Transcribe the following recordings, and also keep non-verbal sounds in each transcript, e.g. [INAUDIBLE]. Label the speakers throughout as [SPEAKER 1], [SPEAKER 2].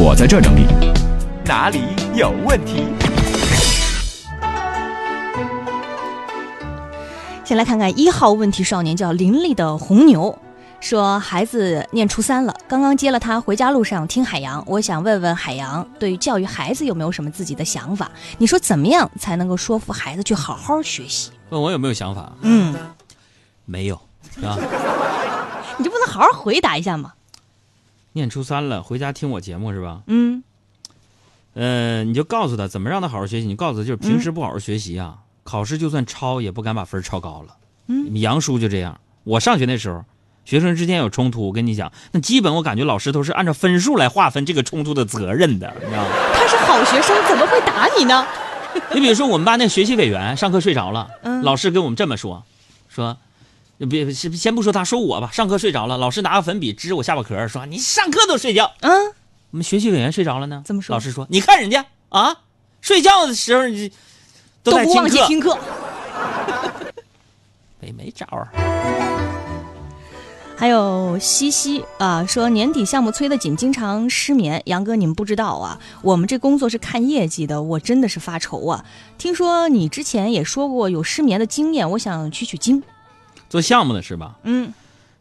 [SPEAKER 1] 我在这整理。
[SPEAKER 2] 哪里有问题？
[SPEAKER 3] 先来看看一号问题少年，叫林立的红牛，说孩子念初三了，刚刚接了他回家路上听海洋，我想问问海洋对于教育孩子有没有什么自己的想法？你说怎么样才能够说服孩子去好好学习？
[SPEAKER 4] 问我有没有想法？
[SPEAKER 3] 嗯，
[SPEAKER 4] 没有啊。
[SPEAKER 3] 你就不能好好回答一下吗？
[SPEAKER 4] [LAUGHS] 念初三了，回家听我节目是吧？
[SPEAKER 3] 嗯，
[SPEAKER 4] 嗯、你就告诉他怎么让他好好学习。你告诉他就是平时不好好学习啊，考试就算抄也不敢把分儿抄高了。嗯，杨叔就这样。我上学那时候，学生之间有冲突，我跟你讲，那基本我感觉老师都是按照分数来划分这个冲突的责任的，你知道吗？
[SPEAKER 3] 他是好学生，怎么会打你呢？
[SPEAKER 4] 你比如说，我们班那学习委员上课睡着了，
[SPEAKER 3] 嗯
[SPEAKER 4] 老师跟我们这么说，说，别先先不说他，说我吧，上课睡着了，老师拿个粉笔支我下巴壳儿，说你上课都睡觉。
[SPEAKER 3] 嗯，
[SPEAKER 4] 我们学习委员睡着了呢，
[SPEAKER 3] 怎么说
[SPEAKER 4] 老师说，你看人家啊，睡觉的时候你都
[SPEAKER 3] 都
[SPEAKER 4] 在
[SPEAKER 3] 不
[SPEAKER 4] 听
[SPEAKER 3] 忘记
[SPEAKER 4] 课，
[SPEAKER 3] 听课。
[SPEAKER 4] 没没招儿。
[SPEAKER 3] 还有西西啊，说年底项目催得紧，经常失眠。杨哥，你们不知道啊，我们这工作是看业绩的，我真的是发愁啊。听说你之前也说过有失眠的经验，我想取取经。
[SPEAKER 4] 做项目的是吧？
[SPEAKER 3] 嗯，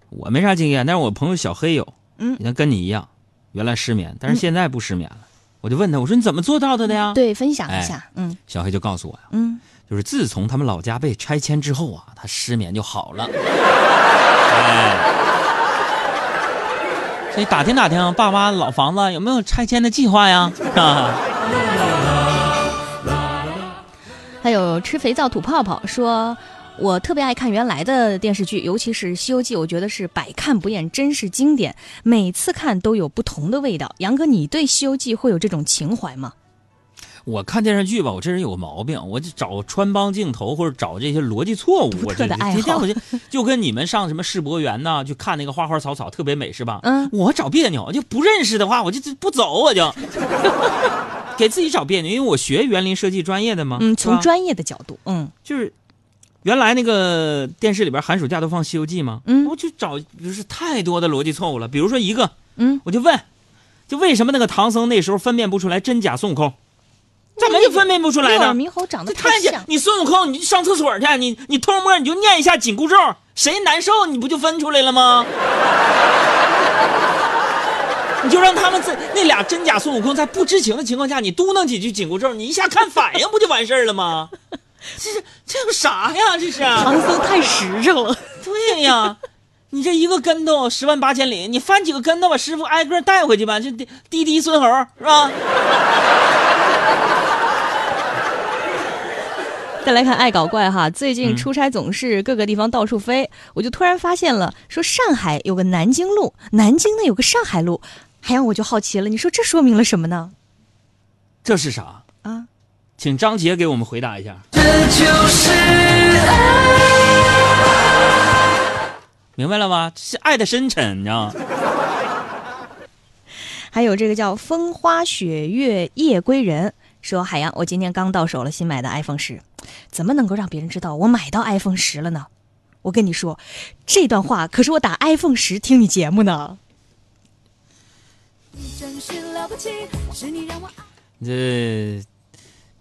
[SPEAKER 4] 我没啥经验，但是我朋友小黑有，
[SPEAKER 3] 嗯
[SPEAKER 4] 你看跟你一样，原来失眠，但是现在不失眠了。我就问他，我说你怎么做到的的呀？
[SPEAKER 3] 对，分享一下。嗯
[SPEAKER 4] 小黑就告诉我呀，
[SPEAKER 3] 嗯，
[SPEAKER 4] 就是自从他们老家被拆迁之后啊，他失眠就好
[SPEAKER 3] [LAUGHS]
[SPEAKER 4] 了。哎，所以打听打听爸妈老房子有没有拆迁的计划呀？啊，
[SPEAKER 3] 还有吃肥皂吐泡泡说。我特别爱看原来的电视剧，尤其是《西游记》，我觉得是百看不厌，真是经典。每次看都有不同的味道。杨哥，你对《西游记》会有这种情怀吗？
[SPEAKER 4] 我看电视剧吧，我这人有个毛病，我就找穿帮镜头或者找这些逻辑错误。
[SPEAKER 3] 独
[SPEAKER 4] 我
[SPEAKER 3] 特
[SPEAKER 4] 这
[SPEAKER 3] 的爱好
[SPEAKER 4] 今天我就就跟你们上什么世博园呐，去看那个花花草草特别美是吧？
[SPEAKER 3] 嗯
[SPEAKER 4] 我找别扭，就不认识的话，我就就不走，我就 [LAUGHS] 给自己找别扭，因为我学园林设计专业的嘛。
[SPEAKER 3] 嗯，
[SPEAKER 4] 是吧
[SPEAKER 3] 从专业的角度，嗯
[SPEAKER 4] 就是原来那个电视里边寒暑假都放《西游记》吗？
[SPEAKER 3] 嗯
[SPEAKER 4] 我就找就是太多的逻辑错误了。比如说一个，
[SPEAKER 3] 嗯，
[SPEAKER 4] 我就问，就为什么那个唐僧那时候分辨不出来真假孙悟空？怎么就分辨不出来
[SPEAKER 3] 木耳
[SPEAKER 4] 呢？
[SPEAKER 3] 猕猴长得
[SPEAKER 4] 这
[SPEAKER 3] 太
[SPEAKER 4] 太
[SPEAKER 3] 像
[SPEAKER 4] 像，你孙悟空，你上厕所去，你你偷摸你就念一下紧箍咒，谁难受你不就分出来了吗？ [LAUGHS] 你就让他们在那俩真假孙悟空在不知情的情况下，你嘟囔几句紧箍咒，你一下看反应不就完事儿了吗？ [LAUGHS] 这是这有啥呀？这是啊
[SPEAKER 3] 唐僧太实诚了。
[SPEAKER 4] 对呀，你这一个跟头十万八千里，你翻几个跟头把师傅挨个带回去吧。这滴滴滴孙猴是吧？
[SPEAKER 3] 再来看爱搞怪哈，最近出差总是各个地方到处飞，我就突然发现了，说上海有个南京路，南京呢有个上海路，还让我就好奇了，你说这说明了什么呢？
[SPEAKER 4] 这是啥？
[SPEAKER 3] 啊，
[SPEAKER 4] 请张杰给我们回答一下。这就是爱。明白了吧？这是爱的深沉，你知道吗？
[SPEAKER 3] 还有这个叫风花雪月夜归人。说海洋，我今天刚到手了新买的 iPhone 十，怎么能够让别人知道我买到 iPhone 十了呢？我跟你说，这段话可是我打 iPhone 十听你节目呢。
[SPEAKER 5] 你真是了不起，是你让我爱。
[SPEAKER 4] 你这，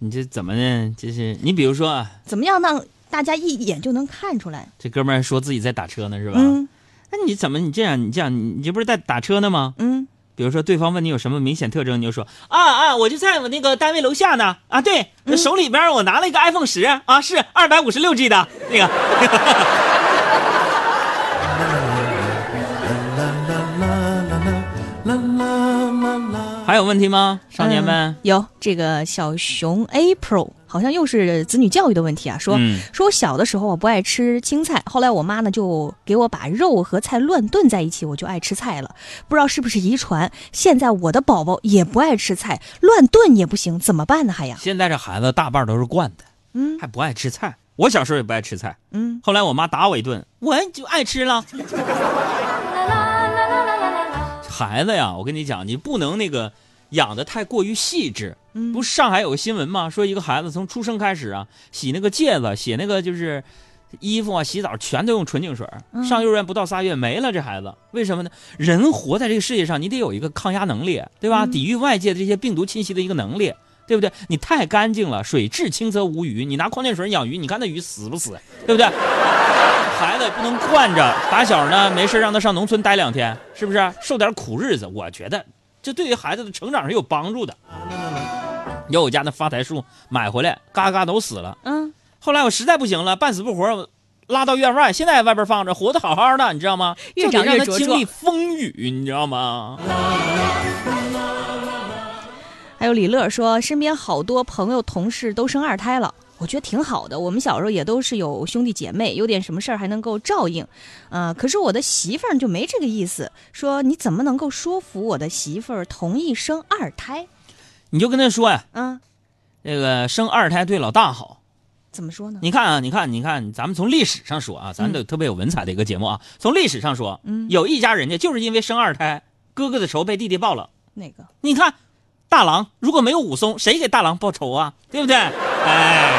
[SPEAKER 4] 你这怎么呢？这是你比如说啊，
[SPEAKER 3] 怎么样让大家一眼就能看出来？
[SPEAKER 4] 这哥们儿说自己在打车呢，是吧？
[SPEAKER 3] 嗯
[SPEAKER 4] 那你怎么你这样你这样你这不是在打车呢吗？
[SPEAKER 3] 嗯。
[SPEAKER 4] 比如说对方问你有什么明显特征，你就说啊啊，我就在我那个单位楼下呢。啊，对，手里边我拿了一个 iPhone 十啊，是二百五十六 G 的那个。 [LAUGHS] 还有问题吗，少年们
[SPEAKER 3] 嗯？有这个小熊 April，好像又是子女教育的问题啊，说、
[SPEAKER 4] 嗯
[SPEAKER 3] 说我小的时候我不爱吃青菜，后来我妈呢就给我把肉和菜乱炖在一起，我就爱吃菜了。不知道是不是遗传，现在我的宝宝也不爱吃菜，乱炖也不行，怎么办呢？还呀，
[SPEAKER 4] 现在这孩子大半都是惯的，
[SPEAKER 3] 嗯
[SPEAKER 4] 还不爱吃菜。我小时候也不爱吃菜，
[SPEAKER 3] 嗯，
[SPEAKER 4] 后来我妈打我一顿，我就爱吃了。孩子呀，我跟你讲，你不能那个养的太过于细致。
[SPEAKER 3] 嗯
[SPEAKER 4] 不是上海有个新闻吗？说一个孩子从出生开始啊，洗那个戒子，写那个就是衣服啊、洗澡全都用纯净水儿。
[SPEAKER 3] 嗯
[SPEAKER 4] 上幼儿园不到仨月没了这孩子，为什么呢？人活在这个世界上，你得有一个抗压能力，对吧？
[SPEAKER 3] 嗯
[SPEAKER 4] 抵御外界的这些病毒侵袭的一个能力。对不对？你太干净了，水至清则无鱼。你拿矿泉水养鱼，你看那鱼死不死？对不对？孩子也不能惯着，打小呢没事让他上农村待两天，是不是？受点苦日子，我觉得这对于孩子的成长是有帮助的。要我家那发财树买回来，嘎嘎都死了。
[SPEAKER 3] 嗯
[SPEAKER 4] 后来我实在不行了，半死不活，我拉到院外，现在外边放着，活得好好的，你知道吗？
[SPEAKER 3] 越
[SPEAKER 4] 就
[SPEAKER 3] 长
[SPEAKER 4] 得
[SPEAKER 3] 越
[SPEAKER 4] 让他
[SPEAKER 3] 茁
[SPEAKER 4] 经
[SPEAKER 3] 壮
[SPEAKER 4] 历风雨，你知道吗？
[SPEAKER 3] 还有李乐说，身边好多朋友同事都生二胎了，我觉得挺好的。我们小时候也都是有兄弟姐妹，有点什么事儿还能够照应，啊、可是我的媳妇儿就没这个意思，说你怎么能够说服我的媳妇儿同意生二胎？
[SPEAKER 4] 你就跟他说呀，
[SPEAKER 3] 啊，
[SPEAKER 4] 那个生二胎对老大好。
[SPEAKER 3] 怎么说呢？
[SPEAKER 4] 你看啊，你看，你看，咱们从历史上说啊，咱们特别有文采的一个节目啊，从历史上说，
[SPEAKER 3] 嗯
[SPEAKER 4] 有一家人家就是因为生二胎，哥哥的仇被弟弟报了。
[SPEAKER 3] 那个？
[SPEAKER 4] 你看，大郎如果没有武松，谁给大郎报仇啊？对不对？哎，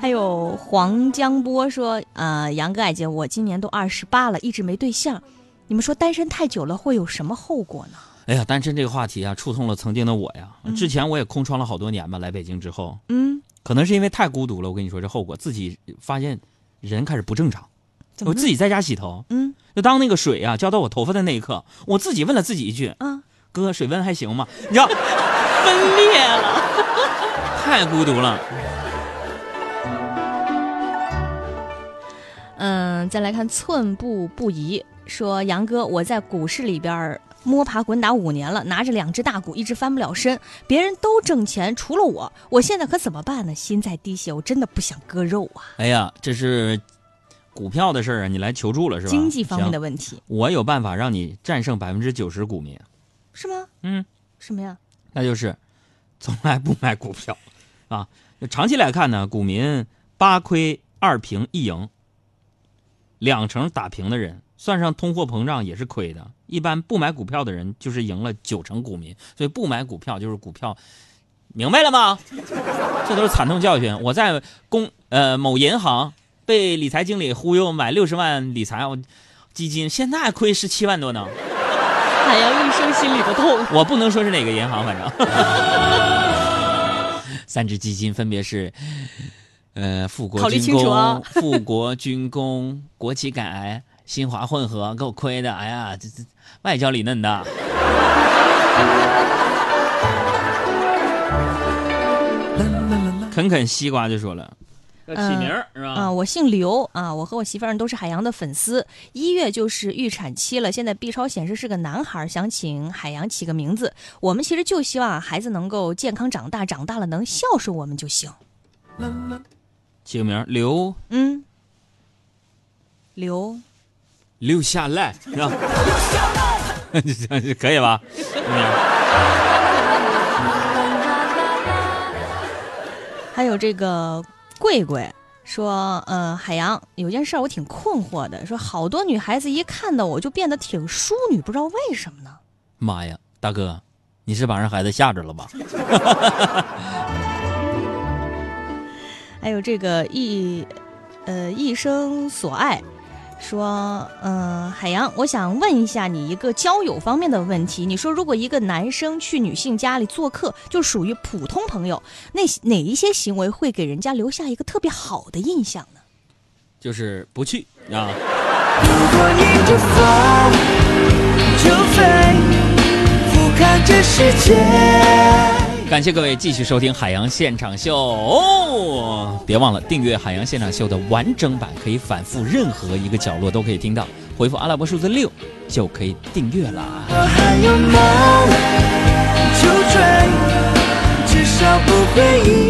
[SPEAKER 3] 还有黄江波说，呃，杨哥爱姐，我今年都二十八了，一直没对象，你们说单身太久了会有什么后果呢？
[SPEAKER 4] 哎呀，单身这个话题啊，触痛了曾经的我呀。之前我也空窗了好多年吧，来北京之后，
[SPEAKER 3] 嗯，
[SPEAKER 4] 可能是因为太孤独了。我跟你说，这后果自己发现人开始不正常。
[SPEAKER 3] 怎么
[SPEAKER 4] 我
[SPEAKER 3] 了
[SPEAKER 4] 自己在家洗头，
[SPEAKER 3] 嗯
[SPEAKER 4] 就当那个水啊浇到我头发的那一刻，我自己问了自己一句
[SPEAKER 3] 啊，：“
[SPEAKER 4] 哥，水温还行吗？”你
[SPEAKER 3] [LAUGHS]
[SPEAKER 4] 知道，分裂了， [LAUGHS] 太孤独了。
[SPEAKER 3] 嗯，再来看寸步不移，说杨哥，我在股市里边儿摸爬滚打五年了，拿着两只大股一直翻不了身，别人都挣钱，除了我，我现在可怎么办呢？心在滴血，我真的不想割肉啊！
[SPEAKER 4] 哎呀，这是股票的事儿啊，你来求助了是吧？
[SPEAKER 3] 经济方面的
[SPEAKER 4] 行，
[SPEAKER 3] 问题
[SPEAKER 4] 我有办法让你战胜百分之九十股民，
[SPEAKER 3] 是吗？
[SPEAKER 4] 嗯，
[SPEAKER 3] 什么呀？ [LAUGHS]
[SPEAKER 4] 那就是从来不买股票啊。长期来看呢，股民八亏二平一赢，两成打平的人，算上通货膨胀也是亏的。一般不买股票的人就是赢了九成股民，所以不买股票就是股票，明白了吗？ [LAUGHS] 这都是惨痛教训。我在公呃某银行被理财经理忽悠买六十万理财我基金，现在亏十七万多呢。
[SPEAKER 3] 海洋一生心里的痛。
[SPEAKER 4] 我不能说是哪个银行，反正三只基金分别是，呃，富
[SPEAKER 3] 考
[SPEAKER 4] 国
[SPEAKER 3] 虑
[SPEAKER 4] 军
[SPEAKER 3] 清楚
[SPEAKER 4] 工、
[SPEAKER 3] 啊
[SPEAKER 4] 富国军工、国企改、新华混合，够亏的。哎呀，这这外焦里嫩的。啃啃西瓜就说了，要
[SPEAKER 3] 起名
[SPEAKER 4] 儿是
[SPEAKER 3] 啊，？我姓刘啊，我和我媳妇儿都是海洋的粉丝。一月就是预产期了，现在 B 超显示是个男孩儿，想请海洋起个名字。我们其实就希望啊孩子能够健康长大，长大了能孝顺我们就行。
[SPEAKER 4] 起个名儿刘
[SPEAKER 3] 嗯，刘
[SPEAKER 4] 留下来，是吧？ [LAUGHS] 可以吧？
[SPEAKER 3] 还有这个贵贵说，呃，海洋有件事儿我挺困惑的，说好多女孩子一看到我就变得挺淑女，不知道为什么呢？
[SPEAKER 4] 妈呀，大哥，你是把人孩子吓着了吧？
[SPEAKER 3] 还有这个一，呃，一生所爱，说，嗯、海洋，我想问一下你一个交友方面的问题。你说，如果一个男生去女性家里做客，就属于普通朋友，那哪一些行为会给人家留下一个特别好的印象呢？
[SPEAKER 4] 就是不去啊。
[SPEAKER 1] 如果你就放，就飞，俯瞰这世界。
[SPEAKER 4] 感谢各位继续收听《海洋现场秀》哦，别忘了订阅《海洋现场秀》的完整版，可以反复任何一个角落都可以听到。回复阿拉伯数字六就可以订阅啦。
[SPEAKER 1] 我还有梦，就追，至少不会遗